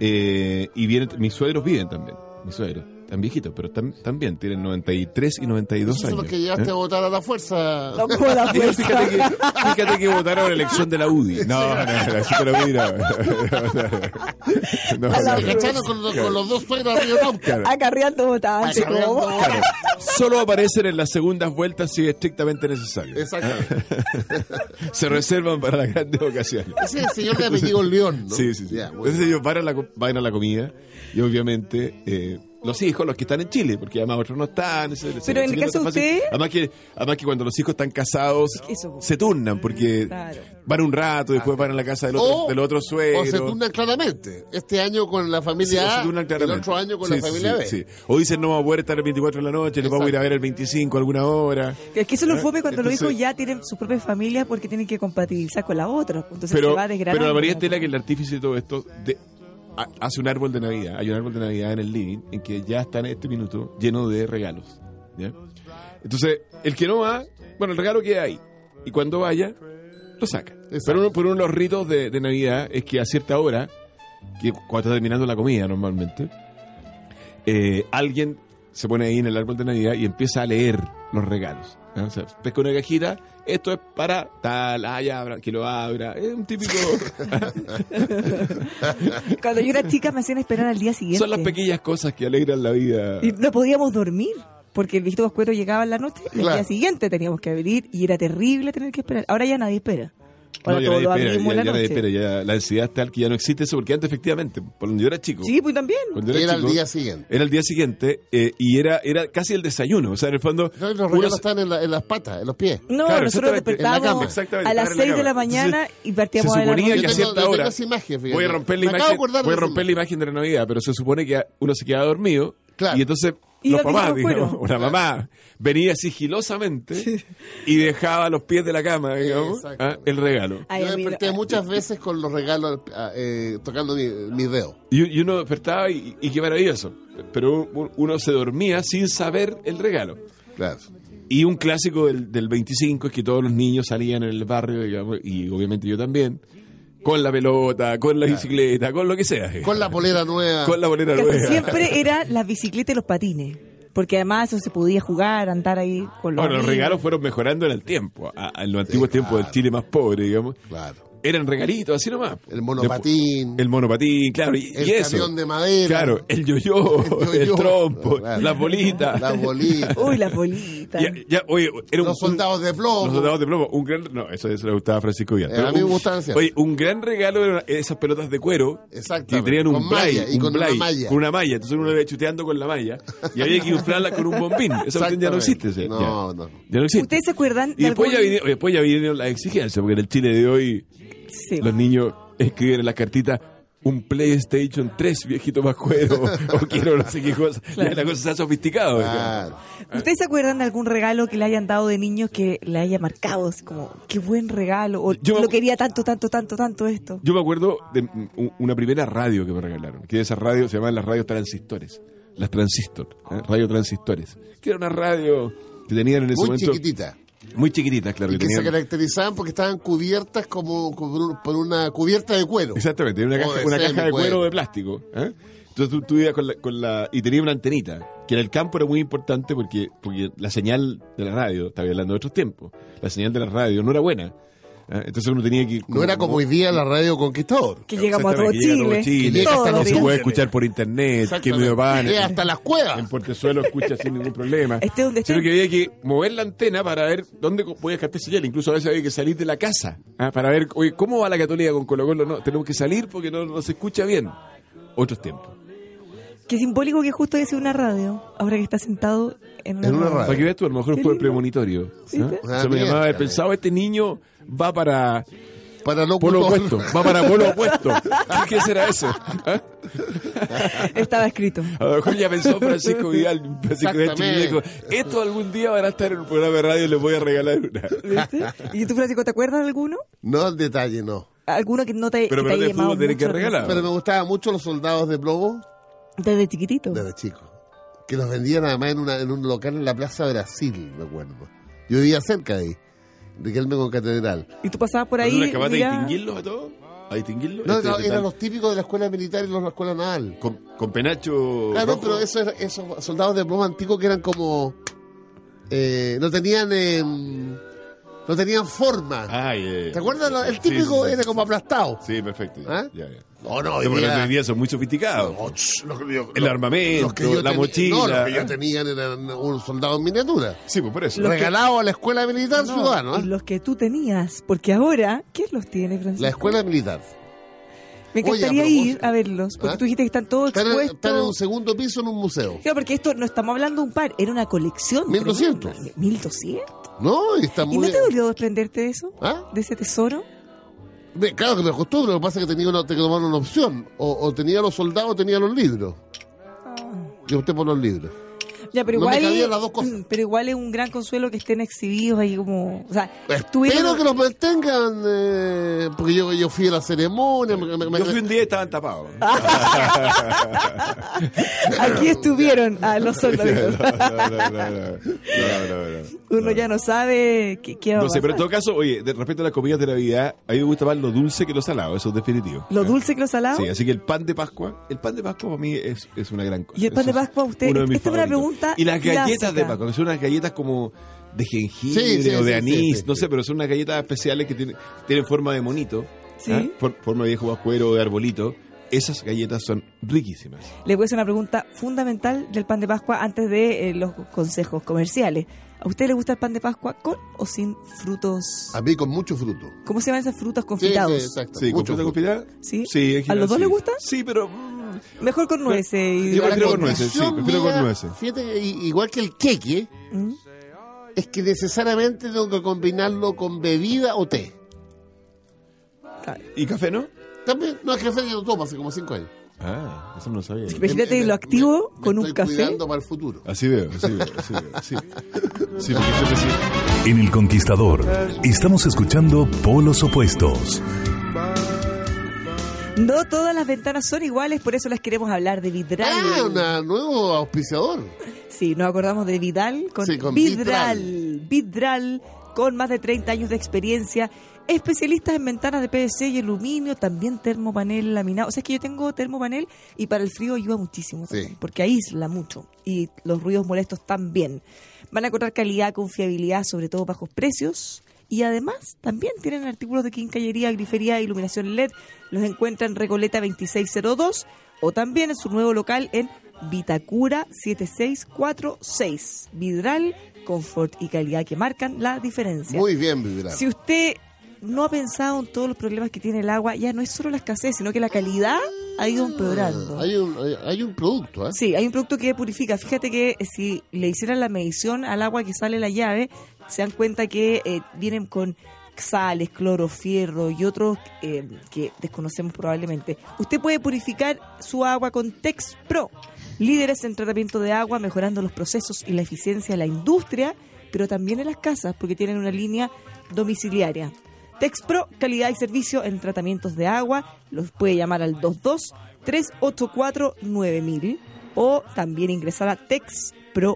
Eh, y vienen, mis suegros viven también, mis suegros, están viejitos, pero están, están bien, tienen 93 y 92
Esos son
años. ¿Eh?
los que llevaste a votar a la fuerza.
No pues. con la
Digo,
fuerza.
Fíjate que, fíjate que votaron la elección de la UDI. No, no, no, la elección de la UDI
A
no. No,
la
no,
Se
no.
cacharon con, los- con los dos suegros arriba del auto.
Claro.
Acarreando botas.
Acarreando
¿cómo?
botas.
Solo aparecen en las segundas vueltas si es estrictamente necesario.
Exactamente.
Se reservan para las grandes ocasiones.
Ese es el señor de apellido León, ¿no?
Sí, sí, sí.
Ya, bueno.
Entonces ellos van a la, co- van a la comida y obviamente eh, los hijos, los que están en Chile, porque además otros no están. etcétera,
Pero
etcétera.
en el
Chile no
caso
es tan
de
fácil.
usted-
Además que, además que cuando los hijos están casados,
Eso, pues.
se turnan, porque
Claro.
van un rato, después van a la casa del otro,
O-
del otro suegro.
O se turnan claramente. Este año con la
Sí, o
familia
se turnan
A, el
claramente.
otro año con
Sí,
la
sí,
familia
sí,
B.
sí. O dicen, no, vamos a poder estar el 24 de la noche, nos vamos a ir a ver el 25 alguna hora.
Es que eso lo
Ah,
fome cuando los
entonces-
hijos ya tienen sus propias familias porque tienen que compatibilizar con la otra. pues, Entonces se
pero,
va desgranando.
pero la María Estela, que es el artífice de todo esto, de- ha- hace un árbol de Navidad. Hay un árbol de Navidad en el living en que ya está en este minuto lleno de regalos. ¿ya? Entonces, el que no va, bueno, el regalo queda ahí. Y cuando vaya, lo saca. Pero uno, por uno de los ritos de, de Navidad es que a cierta hora, que cuando está terminando la comida normalmente, eh, alguien se pone ahí en el árbol de Navidad y empieza a leer los regalos. ¿eh? O sea, pesca una cajita, esto es para tal, ah, ya, abra- que lo abra. Es un típico.
Cuando yo era chica me hacían esperar al día siguiente.
Son las pequeñas cosas que alegran la vida.
Y no podíamos dormir. Porque el viejito Vascuero llegaba en la noche y
Claro.
al día siguiente teníamos que abrir y era terrible tener que esperar. Ahora ya nadie espera.
No,
Ahora
ya
todo
nadie
lo
espera,
abrimos
ya-
en
ya
la
nadie
noche.
espera, ya la ansiedad es tal que ya no existe eso, porque antes efectivamente, por donde yo era chico.
Sí, pues también.
cuando yo
Era el
chico,
día siguiente.
Era el día siguiente eh, y era, era casi el desayuno. O sea, en el fondo.
Los
uno
regalos
se-
están en, la- en las patas, en los pies.
No,
Claro,
nosotros
exactamente, en la cama,
despertábamos
exactamente,
a
estar en
las
la
6 de la
cama.
mañana
Entonces,
y partíamos
se
a la
suponía
Yo
que
noche.
a
tengo-
cierta
yo tengo
hora-
esa imagen, fíjate.
Voy a romper la
Me acabo de
imagen.
acordar
Voy a
de
romper la
esa
imagen de la Navidad, pero se supone que uno se queda dormido.
Claro.
Y entonces
Y
los
la vieja
papás,
en cuero.
digamos, una mamá, venía sigilosamente y dejaba a los pies de la cama, digamos,
Exactamente.
ah, el regalo.
Ay, eh,
Yo
a mí-
desperté muchas veces con los regalos ah, eh, tocando mi, mi dedo.
Y, y uno despertaba y, y qué maravilloso. Pero u- uno se dormía sin saber el regalo.
Claro.
Y un clásico del, del 25 es que todos los niños salían en el barrio, digamos, y obviamente yo también, con la pelota, con la bicicleta, con lo que sea.
Con la polera nueva.
Con la bolera
Casi
nueva.
siempre era las bicicletas y los patines. Porque además eso se podía jugar, andar ahí con los.
Bueno, los
amigos.
regalos fueron mejorando en el tiempo, a- a- en los antiguos tiempos del Chile más pobre, digamos.
Claro.
Eran regalitos, así nomás.
El monopatín.
Después- El monopatín, claro. Y,
El
y eso.
camión de madera.
Claro, el yoyo, el,
yoyó.
trompo,
Claro.
las bolitas.
Las bolitas.
Uy, las bolitas.
Ya- ya, oye, era un-
los soldados de
un-
plomo.
los soldados de plomo. Un gran, no, eso, eso le gustaba a Francisco Villar.
Eh,
Pero
a mí me
un-
gustaban siempre.
Oye, un gran regalo eran esas pelotas de cuero.
Exactamente,
Que tenían un
con
blay,
malla, y
un
con una
blay,
malla.
Con una malla. Entonces uno le iba chuteando con la malla. Y había que inflarla con un bombín. Esa cuestión ya no existe. o sea,
No,
ya.
no.
Ya no existe.
¿Ustedes se acuerdan
Y
de
después,
algún-
ya vinieron, después ya vinieron las exigencias, porque en el Chile de hoy
Sí.
los niños escriben en las cartitas un PlayStation 3, viejito más cuero, o quiero no sé qué cosa. Ya la cosa se ha sofisticado. ¿verdad?
Claro.
¿Ustedes se acuerdan de algún regalo que le hayan dado de niños que le haya marcado? Así como, qué buen regalo. O
Yo-
lo quería tanto, tanto, tanto, tanto esto.
Yo me acuerdo de mm, u- una primera radio que me regalaron, que esas radios se llamaban las radios transistores, las transistor, ¿eh? radio transistores, que era una radio que tenían en ese
Muy
momento...
chiquitita.
Muy chiquititas, claro.
Y que se
tenían-
caracterizaban porque estaban cubiertas como, como por un- por una cubierta de cuero.
Exactamente, era una
O
caja,
de
una
semi,
caja de
puede.
cuero o de plástico. ¿eh? Entonces tú, tú ibas con la, con la- Y tenía una antenita, que en el campo era muy importante porque, porque la señal de la radio, estaba hablando de otros tiempos, la señal de la radio no era buena. ¿eh? Entonces uno tenía que... ir
No era como hoy día la radio Conquistador.
Que llegamos a todo
Exactamente, que llega a
Chile.
todo Chile,
que
todos
hasta
los
Se
días.
puede escuchar por internet, que me van...
Eh, hasta las cuevas.
En Portezuelo escucha sin ningún problema.
Esté Este donde esté.
Sino que había que mover la antena para ver dónde co- podías captar señal. Incluso a veces había que salir de la casa ah, para ver oye, cómo va la Católica con Colo Colo. No, tenemos que salir porque no, no se escucha bien. Otros tiempos.
Qué simbólico que justo haya sido una radio. Ahora que está sentado en una,
En una radio.
Para que veas tú, a lo mejor
Qué
fue
lindo.
premonitorio.
Sí,
¿ah?
sí.
O sea,
Ah,
me llamaba a haber
mira.
pensado, este niño va para
Para no
polo
culpar-
opuesto, va para polo opuesto. ¿Qué, qué será eso? ¿Ah?
Estaba escrito.
A lo mejor ya pensó Francisco Vidal, Francisco Vidal Chiquillo, y dijo, esto algún día van a estar en un programa de radio y les voy a regalar una.
¿Viste? ¿Y tú, Francisco, te acuerdas de alguno?
No en detalle, no.
¿Alguno que no te,
Pero
que te
pelota
haya
de
llamado
fútbol tiene
mucho
que
la
regalar.
Pero me gustaban mucho los soldados de plomo
atención? Desde chiquitito.
desde chico. Que los vendían además en, una- en un local en la Plaza Brasil, me acuerdo. Yo vivía cerca de ahí. Riquelme con Catedral.
Y tú pasabas por
¿No eres
ahí.
capaz de
mira-
distinguirlos a todos? ¿A distinguirlos?
No,
Este,
no,
este
eran
tal-
los típicos de la escuela militar y los de la escuela naval.
Con, con penacho.
Claro,
rojo.
Ah, pero eso era- esos soldados de plomo antiguos que eran como... eh, no tenían... eh, no tenían forma.
Ay, eh.
¿Te acuerdas? Lo- El
Sí,
típico
sí, sí.
era como aplastado.
Sí, perfecto. ya,
¿Ah?
ya, ya.
No, no,
No,
hoy
porque
día-
hoy día son muy sofisticados.
Oh, ch, los que yo-
El
los-
armamento,
los que yo
la
teni-
mochila.
No, los que yo tenían eran un soldado en miniatura.
Sí, pues por eso.
Los que-
regalado a la escuela militar
No,
ciudadano. ¿eh?
y los que tú tenías. Porque ahora, ¿quién los tiene, Francisco?
La escuela militar.
Me
Oye, a
encantaría ir
propósito.
a verlos, porque
¿Ah?
tú dijiste que están todos
Están en-
expuestos.
están en un segundo piso en un museo.
Claro, porque esto no estamos hablando de un par, era una colección.
1200.
tremenda. 1200.
¿No? Y están
¿Y
muy.
no te dolió desprenderte de eso?
¿Ah?
¿De ese tesoro?
Me- Claro que me acostumbro, lo que pasa es que tenía una, tenía que tomar una opción. O, o tenía los soldados o tenía los libros.
Ah.
Yo opté por los libros.
Ya, pero
No me
igual.
cabían las dos cosas.
Pero igual es un gran consuelo que estén exhibidos ahí como. O sea,
Espero que los mantengan, eh, porque yo, yo fui a la ceremonia. me- me- me-
Yo fui un día y estaban tapados.
Ah.
Aquí estuvieron a los soldaditos.
No, no, no, no, no, no, no.
Uno ya no sabe qué, qué va a
No sé, pero en
pasar.
todo caso, oye, de respecto a las comidas de Navidad, a mí me gusta más lo dulce que lo salado, eso es definitivo.
Lo dulce que lo salado.
Sí, así que el pan de Pascua, el pan de Pascua para mí es, es una gran cosa.
Y el pan
Eso
de
es
Pascua, usted-
uno de mis
esta es una
favoritos.
pregunta
Y las galletas
clásica.
de Pascua, que son unas galletas como de jengibre
Sí, sí,
o de
sí,
anís,
sí, sí,
no
sí.
sé, pero son unas galletas especiales que tienen, tienen forma de monito,
Sí.
¿ah? For- forma de viejo vascuero o de arbolito. Esas galletas son riquísimas.
Le voy a hacer una pregunta fundamental del pan de Pascua antes de eh, los consejos comerciales. ¿A usted le gusta el pan de Pascua con o sin frutos?
A mí con mucho fruto.
¿Cómo se llaman esas frutas
Sí, sí,
confitados?
exacto.
Sí,
mucho
¿con fruta
fruto.
confitada?
Sí. ¿A
en
los
general
dos
sí.
les gusta?
Sí, pero... mm,
Mejor con nueces. y-
Yo
Pero
prefiero
la
con nueces, sí,
condición
prefiero con
mía,
nueces.
Fíjate, i- igual que el queque,
¿Mm?
es que necesariamente tengo que combinarlo con bebida o té.
¿Y café no?
También, no, es que yo lo tomo hace como cinco años.
Ah, eso no lo sabía.
Me-
Imagínate
Em, me-
lo activo
me- me
con un
estoy
café.
cuidando para el futuro.
Así veo, así veo, así veo. Sí, Sí, porque siempre sí.
En El Conquistador estamos escuchando Polos Opuestos.
No todas las ventanas son iguales, por eso las queremos hablar de Vidral.
Ah, una- nuevo auspiciador.
Sí, nos acordamos de Vidal con,
Sí, con
Vidral. Vidral. con más de 30 años de experiencia. Especialistas en ventanas de PVC y aluminio, también termopanel laminado. O sea, es que yo tengo termopanel y para el frío ayuda muchísimo.
Sí.
también, Porque aísla mucho y los ruidos molestos también. Van a encontrar calidad, confiabilidad, sobre todo bajos precios. Y además también tienen artículos de quincallería, grifería, iluminación LED. Los encuentran en Recoleta 2602 o también en su nuevo local en Vitacura 7646. Vidral, confort y calidad que marcan la diferencia.
Muy bien, Vidral.
Si usted no ha pensado en todos los problemas que tiene el agua, ya no es solo la escasez, sino que la calidad ha ido empeorando.
Ah, Hay un, hay, hay un producto, ¿eh?
Sí, hay un producto que purifica. Fíjate que eh, si le hicieran la medición al agua que sale la llave, se dan cuenta que eh, vienen con sales, cloro, fierro y otros eh, que desconocemos probablemente. Usted puede purificar su agua con Tex Pro, líderes en tratamiento de agua, mejorando los procesos y la eficiencia de la industria, pero también en las casas, porque tienen una línea domiciliaria. Texpro, calidad y servicio en tratamientos de agua. Los puede llamar al 22-384-9000 o también ingresar a texpro.cl.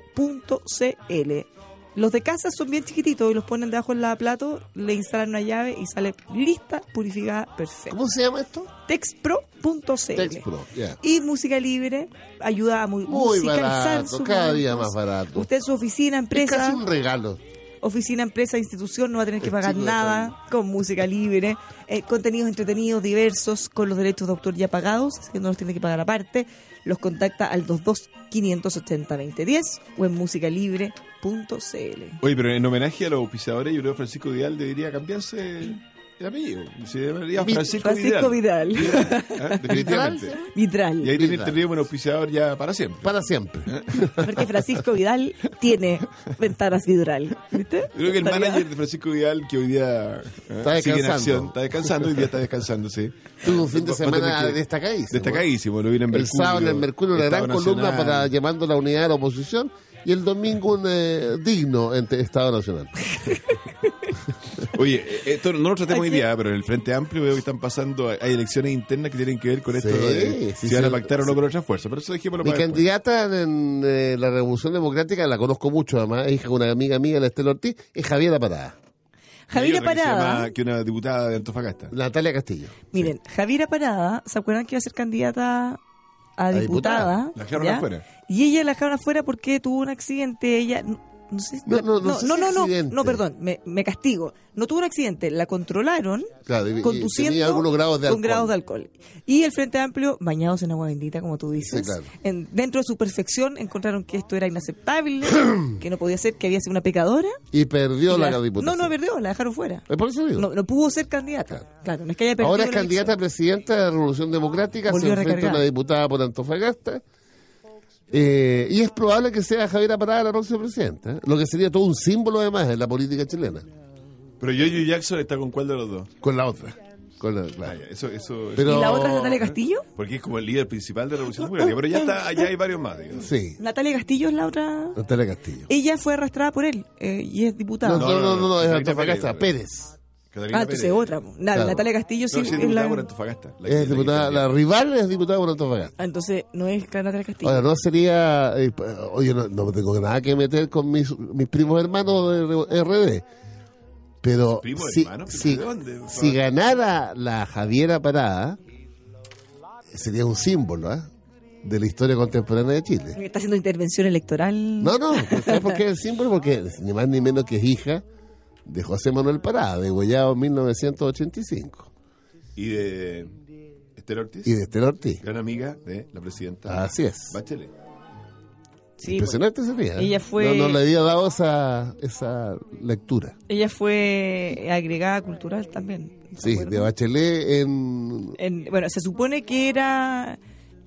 Los de casa son bien chiquititos y los ponen debajo del lavaplato, le instalan una llave y sale lista, purificada, perfecta.
¿Cómo se llama esto?
Texpro.cl.
Texpro, ya.
Y música libre ayuda a mu-
Muy
musicalizar
barato,
sus
cada día
momentos.
más barato.
Usted en su oficina,
Es
empresa
casi un regalo.
oficina, empresa, institución, no va a tener que pagar
Estilo de
nada, con música libre, eh, contenidos entretenidos, diversos, con los derechos de autor ya pagados, así que no los tiene que pagar aparte. Los contacta al 22 580 2010 o en musicalibre.cl.
Oye, pero en homenaje a los auspiciadores, yo creo que Francisco Vidal debería cambiarse el apellido. Se debería
Vi-
Francisco,
Francisco
Vidal.
Vidal,
Ah, Definitivamente. Y
Vidral,
ahí tiene
Vidal.
tendría un auspiciador ya para siempre.
Para siempre.
¿Eh?
porque Francisco Vidal tiene ventanas Vidral, ¿viste?
Yo Creo que el
Estaría-
manager de Francisco Vidal, que hoy día ah,
Está
sigue en
descansando.
acción, está descansando, hoy día está descansando, sí.
Tuvo un fin de
Va- va a tener
semana
que-
destacadísimo.
Destacadísimo, lo vi en el
El
Mercurio.
sábado en el Mercurio una gran
Estado
columna
Nacional.
para llamando a la unidad de la oposición y el domingo un eh, digno en Estado Nacional.
Oye, eh, esto no lo tratemos hoy
Aquí-
día, pero en el Frente Amplio veo que están pasando, hay elecciones internas que tienen que ver con esto
Sí,
de
sí,
si van a
sí.
pactar o no con otra fuerza. Pero eso dejémoslo
Mi
para después.
candidata en eh, la Revolución Democrática, la conozco mucho además, es hija de una amiga mía, la Estela Ortiz, es Javiera Parada,
Javiera
Hay otra que se
Parada.
llama- Que una diputada de Antofagasta.
Natalia Castillo.
Miren, Javiera Parada, ¿se acuerdan que iba a ser candidata a
diputada.
diputada?
La dejaron
¿Ya?
afuera.
Y ella la dejaron afuera porque tuvo un accidente. Ella no sé,
No, no, no sé
no,
si
no, no,
accidente.
no, perdón, me, me castigo. No tuvo un accidente, la controlaron
Claro, y- y
conduciendo
tenía algunos grados
con
de alcohol.
grados de alcohol. Y el Frente Amplio, bañados en agua bendita, como tú dices,
Sí, claro.
en- dentro de su perfección encontraron que esto era inaceptable, que no podía ser, que había sido una pecadora.
Y perdió
Y
la,
la-
diputación.
No, no perdió, la dejaron fuera.
Eh, por eso digo.
No, no pudo ser candidata. Claro. no es que haya perdido.
Ahora es
la elección.
candidata a presidenta de la Revolución Democrática,
Volvió
se enfrenta a
recargada.
una diputada por Antofagasta. eh, y es probable que sea Javiera Parada la próxima presidenta, ¿eh? lo que sería todo un símbolo además en la política chilena,
Pero Yoyo Jackson está con cuál de los dos.
con la otra. Con la-
Ah,
claro.
ya, Eso, eso,
Pero-
¿Y la otra es Natalia Castillo?
Porque es como el líder principal de la Revolución Democrática. Pero ya está, allá hay varios más. digamos.
Sí,
Natalia Castillo es la otra.
Natalia Castillo.
Ella fue arrastrada por él eh, y es diputada.
No,
No,
no, no, no,
no, no,
es
Catalina
Antofagasta, Pérez.
Pérez. Catalina
ah, entonces
Pérez.
otra. po. Na-
Claro.
Natalia Castillo sí
No, sí, es
es
diputada
la-
por Antofagasta. La que- la
Es
que
diputada,
está
la rival es diputada por Antofagasta.
Ah, Entonces no es Natalia Castillo.
Ahora, no sería. eh, pa- oye, no, no tengo nada que meter con mis, mis primos hermanos de RD. Pero
¿Primos
si,
hermanos? ¿Pero
si,
de dónde?
si ganara la Javiera Parada, sería un símbolo ¿ah? de la historia contemporánea de Chile.
Está haciendo intervención electoral.
No, no, ¿sabes por qué es el símbolo? Porque es ni más ni menos que es hija de José Manuel Parada, degollado en 1985,
Y de Esther Ortiz,
y de Estela Ortiz.
gran amiga de la presidenta
Así es.
Bachelet.
Sí, pues, po.
Impresionante sería.
Ella fue-
No, no le había dado esa, esa lectura.
Ella fue agregada cultural también. ¿se
Sí,
acuerdan?
de Bachelet en...
En- bueno, se supone que era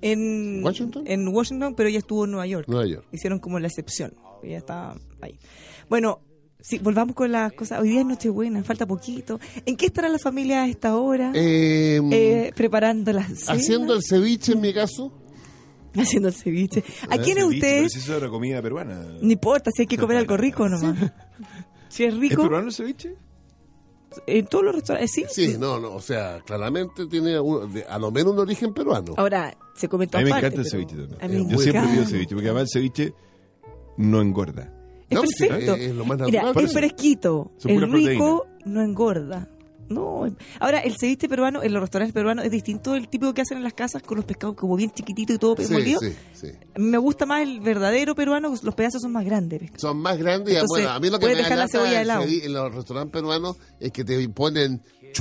en
¿Washington?
en Washington, pero ella estuvo en Nueva York.
Nueva York.
Hicieron como la excepción. Ella está ahí. Bueno, sí, volvamos con las cosas. Hoy día es Nochebuena, falta poquito. ¿En qué estará la familia a esta hora?
Eh,
Eh, preparando las cenas,
haciendo el ceviche en mi caso.
haciendo el ceviche. ¿A
Ah,
quiénes
ceviche, pero
ustedes?
si eso era comida peruana.
No importa, si hay que comer algo rico nomás. Si es
¿Es
rico,
peruano el ceviche?
en todos los restaurantes, eh, sí.
Sí, no, no, o sea, claramente tiene un- de- a lo menos un origen peruano.
Ahora, se come en
A
todas
mí me
partes,
encanta el
pero-
ceviche
A
también. Eh,
mí me
Yo siempre
encanta.
pido ceviche, porque además el ceviche no engorda.
Es
No, sí,
perfecto.
es- es lo más
Mira,
natural.
es fresquito.
Son
El
puras
rico no engorda. No. es- Ahora, el ceviche peruano, en los restaurantes peruanos, es distinto del típico que hacen en las casas con los pescados como bien chiquititos y todo
Sí,
molido.
sí, sí.
Me gusta más el verdadero peruano, los pedazos son más grandes. pescado.
Son más grandes. y ah,
Entonces,
bueno, a mí lo que me
puedes
da
dejar la
lata
cebolla de
en
lado.
cevi- en los restaurantes peruanos es que te ponen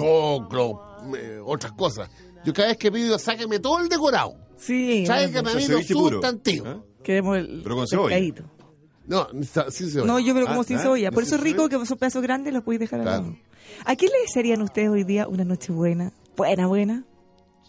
choclo, eh, otras cosas. Yo cada vez que pido, sáqueme todo el decorado.
Sí,
Tráigame a mí los
ceviche puro. ¿eh? ¿ah?
sustantivos.
bueno, queremos el
Pero con cebolla.
pescadito.
No, sa- sin cebolla.
No, yo me lo
Ah,
como sin
ah,
cebolla.
¿no
Por
sin
eso es rico
cebolla?
que son pedazos grandes, los podéis dejar al
Claro.
lado. ¿A quién le desearían ustedes hoy día una noche buena? Buena, buena.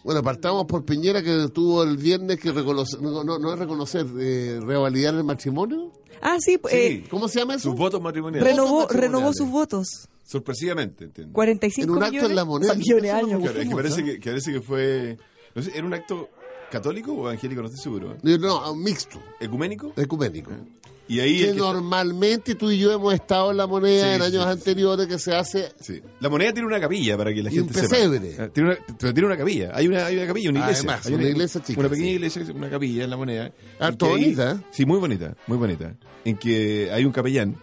Bueno, partamos por Piñera que tuvo el viernes que reconocer, no, no, no es reconocer, eh, revalidar el matrimonio.
Ah, sí, pues, eh,
Sí,
¿Cómo se llama eso?
sus votos matrimoniales.
renovó,
Votos
renovó
matrimoniales.
sus votos.
Sorpresivamente, entiendo.
45
En un acto
millones,
en la moneda.
o sea, millones de
Eso no me
años.
Claro, es que
mucho.
parece que, que parece que fue. No sé, ¿era un acto católico o evangélico? No estoy seguro. ¿eh?
No, No, mixto,
¿Ecuménico?
ecuménico.
Y ahí.
Que
el que-
normalmente tú y yo hemos estado en la moneda
Sí,
en años
sí, sí.
anteriores que se hace.
sí. La moneda tiene una capilla para que la
Y un
gente sepa.
pesebre.
Ah, Tiene una, pero tiene una capilla. Hay una, hay una capilla, una iglesia.
Además,
Hay
una iglesia chica,
Una pequeña
sí.
iglesia, una capilla en la moneda.
Harto
En que ahí-
bonita, ¿eh?
Sí, muy bonita, muy bonita. En que hay un capellán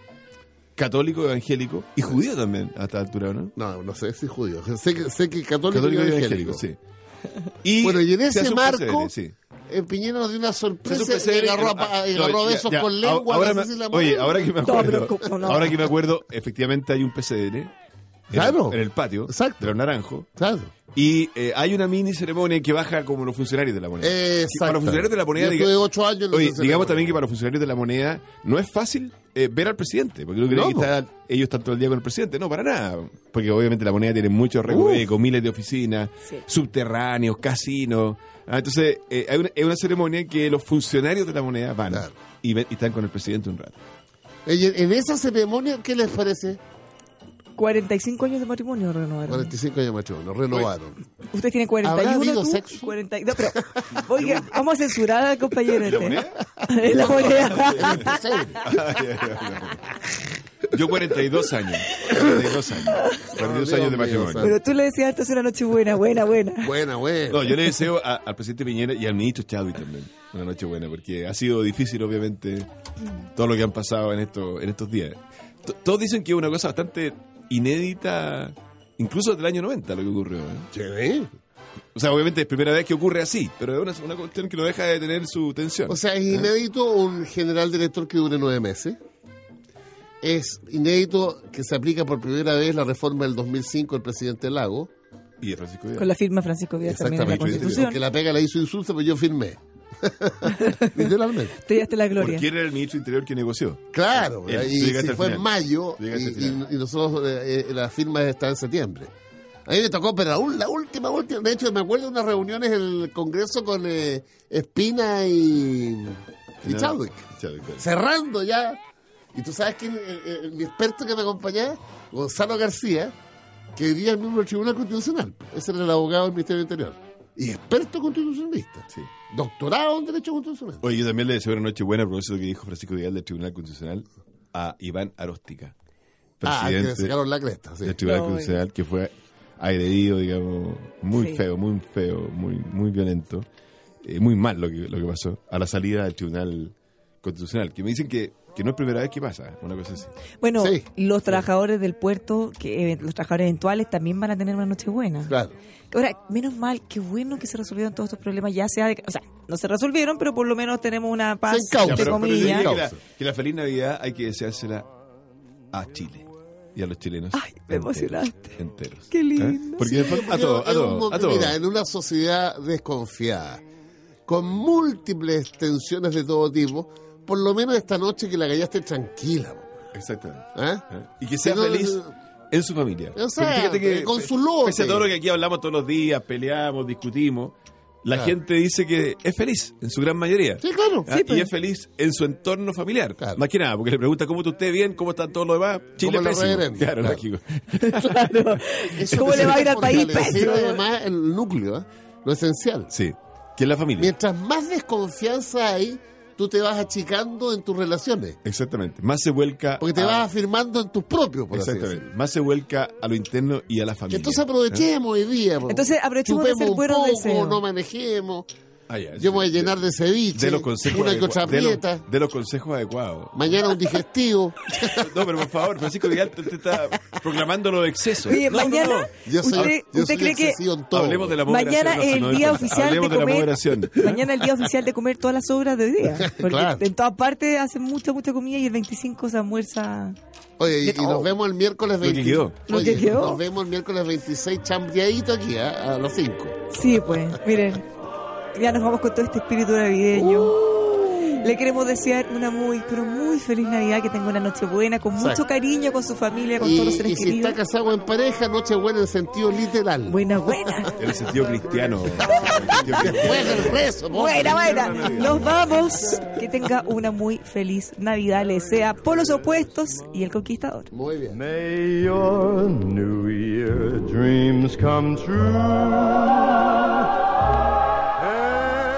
católico, evangélico y judío también, a esta altura, ¿no?
No, no sé si judío. Sé que, sé que católico,
Católico
y
y
evangélico.
evangélico, sí. Y
Bueno, y en
se
ese
hace un
marco,
pesebre, sí.
Eh, Piñera nos dio una
Eso
sorpresa
pensé
y
que-
agarró, a,
ah,
pa-
no,
agarró
ya,
besos
ya.
con lengua.
Ahora
no
me-
sé si la
oye,
moneda.
ahora que me acuerdo,
pero como no.
ahora que me acuerdo, efectivamente hay un PCN en,
Claro.
en el patio
Exacto.
de los naranjos
Claro.
y eh, hay una mini ceremonia que baja como los funcionarios de la moneda.
Exacto.
Para los funcionarios de la moneda,
Yo
diga-
estuve ocho años en la
oye,
tercera
digamos
edad.
también que para los funcionarios de la moneda no es fácil eh, ver al presidente, porque uno cree
No,
que
po.
está- ellos están todo el día con el presidente, no, para nada, porque obviamente la moneda tiene muchos recovecos, miles de oficinas,
Sí.
subterráneos, casinos. Ah, entonces, eh, hay una, es una ceremonia que los funcionarios de la moneda van
Claro.
y, ve- y están con el presidente un rato.
Oye, En esa ceremonia, ¿qué les parece?
45 años de matrimonio renovaron.
45 años de matrimonio, renovaron.
Usted tiene 41
¿Habrá habido
tú,
sexo?
y 40 no, pero, oiga, vamos a censurar al compañero. este.
moneda?
En la moneda.
Yo 42 años, 42 años, 42 años de
Dios mío,
matrimonio.
pero tú le decías entonces una noche buena, buena, buena.
Buena, buena.
No, yo le deseo a- al presidente Piñera y al ministro Chadwick también una noche buena, porque ha sido difícil, obviamente, todo lo que han pasado en, esto, en estos días. T- Todos dicen que es una cosa bastante inédita, incluso del año 90 lo que ocurrió. ¿eh?
Sí.
O sea, obviamente es primera vez que ocurre así, pero es una, una cuestión que no deja de tener su tensión.
O sea, es inédito un general director que dure nueve meses. es inédito que se aplica por primera vez la reforma del 2005 del presidente Lago.
Y de Francisco Vidal.
Con la firma Francisco Vidal también en la
Exactamente.
Constitución.
Porque la pega la hizo insulsa, pero yo firmé. Literalmente.
Te llevaste la gloria.
Porque era el ministro interior que negoció.
Claro,
Bien, tú
y si
llegaste al
fue en
final.
mayo
Tú
y,
llegaste al
y-
final.
y nosotros eh, eh, la firma está en septiembre. A mí me tocó, pero la, ul- la última, última. De hecho, me acuerdo de unas reuniones en el Congreso con eh, Espina y, y
Nada.
Chadwick.
Chadwick, claro.
Cerrando ya. Y tú sabes que eh, mi experto que me acompañaba, Gonzalo García, que hoy día es miembro del Tribunal Constitucional. Ese era el abogado del Ministerio del Interior. Y experto constitucionalista.
Sí.
Doctorado en Derecho Constitucional.
Oye, yo también le deseo una noche buena a propósito de lo que dijo Francisco Vidal del Tribunal Constitucional a Iván Aróstica,
Ah, que le
presidente
sacaron la cresta. Sí.
del Tribunal
No,
Constitucional, que fue agredido, digamos, muy
Sí.
feo, muy feo, muy muy violento, eh, muy mal lo que, lo que pasó, a la salida del Tribunal Constitucional, que me dicen que, que no es primera vez que pasa, una cosa así.
Bueno,
Sí.
los trabajadores del puerto, que eh, los trabajadores eventuales también van a tener una noche buena.
Claro.
Ahora, menos mal, qué bueno que se resolvieron todos estos problemas, ya sea, de- o sea, no se resolvieron, pero por lo menos tenemos una paz,
Se encauza.
Ya,
entre
pero, pero yo diría
comillas.
que, la, que la feliz Navidad hay que deseársela a Chile y a los chilenos.
Ay, me
enteros,
emocionaste.
Enteros. ¿Eh?
Qué lindo.
Porque de fondo- a
Porque
todos, a
es un
todos, a
mundo-
todos.
Mira, en una sociedad desconfiada, con múltiples tensiones de todo tipo, por lo menos esta noche que la callaste tranquila. po,
Exactamente.
¿eh?
¿eh? Y que sea
Si no,
feliz en su familia.
O sea,
Porque
con su lote.
Pese a todo lo que aquí hablamos todos los días, peleamos, discutimos, la
Claro.
gente dice que es feliz en su gran mayoría.
Sí, claro.
Ah, y es feliz en su entorno familiar.
Claro.
Más que nada, porque le pregunta cómo está usted bien, cómo están todos los demás. Chile
Como los
pésimo.
reverendos.
Claro,
Claro.
lógico.
Claro.
Eso
¿Cómo
te
le va a ir
sirve
al país?
fortalecer
Pésimo.
Además, el núcleo, ¿eh? lo esencial.
Sí. Que es la familia.
Mientras más desconfianza hay, tú te vas achicando en tus relaciones.
Exactamente. Más se vuelca.
Porque te
a-
vas afirmando en tus propios, por así
Ah. Exactamente.
decirlo.
Más se vuelca a lo interno y a la familia.
Entonces aprovechemos hoy día. po.
Entonces aprovechemos de
Chupemos
hacer
un
buenos
poco,
deseos.
no manejemos.
Ah, ya,
Yo
sí.
me voy a llenar de ceviche,
de los consejos
una que
adecua-
otra
de, los-
prieta,
de los consejos adecuados.
mañana un digestivo.
No, pero por favor, Francisco Vidal te, te está proclamando los excesos.
Oye,
No, no,
mañana,
no.
Yo soy,
¿usted,
yo
usted
soy
cree que
excesivo en todo.
Hablemos de la moderación.
mañana
no,
es
si no,
el día
no,
oficial de
Hablemos de la
comer?
moderación.
Mañana es el día oficial de comer todas las obras de día. Porque
Claro.
en todas partes hacen mucha, mucha comida y el 25 se almuerza.
Oye, y,
de
y
todo.
nos vemos el miércoles
Oh. Lo que
26.
quedó.
Lo que quedó.
Nos vemos el miércoles 26 chambreadito aquí, ¿ah? a las 5.
Sí, pues, miren, ya nos vamos con todo este espíritu navideño.
Uh.
Le queremos desear una muy, pero muy feliz Navidad, que tenga una noche buena, con mucho
Exacto.
cariño, con su familia, con
Y,
todos los
y
seres
si
queridos.
está casado en pareja, noche buena en sentido literal.
Buena, buena.
En el sentido cristiano. En el sentido cristiano.
Buena el rezo, po.
Buena, buena. Nos vamos. Que tenga una muy feliz Navidad. Le sea Polos Opuestos y El Conquistador.
Muy bien.
May your New Year dreams come true. And-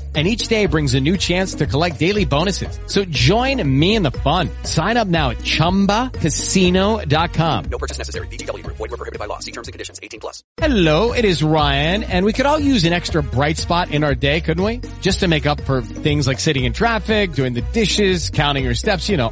And each day brings a new chance to collect daily bonuses. So join me in the fun. Sign up now at ChumbaCasino.com. Hello, it is Ryan, and we could all use an extra bright spot in our day, couldn't we? Just to make up for things like sitting in traffic, doing the dishes, counting your steps, you know,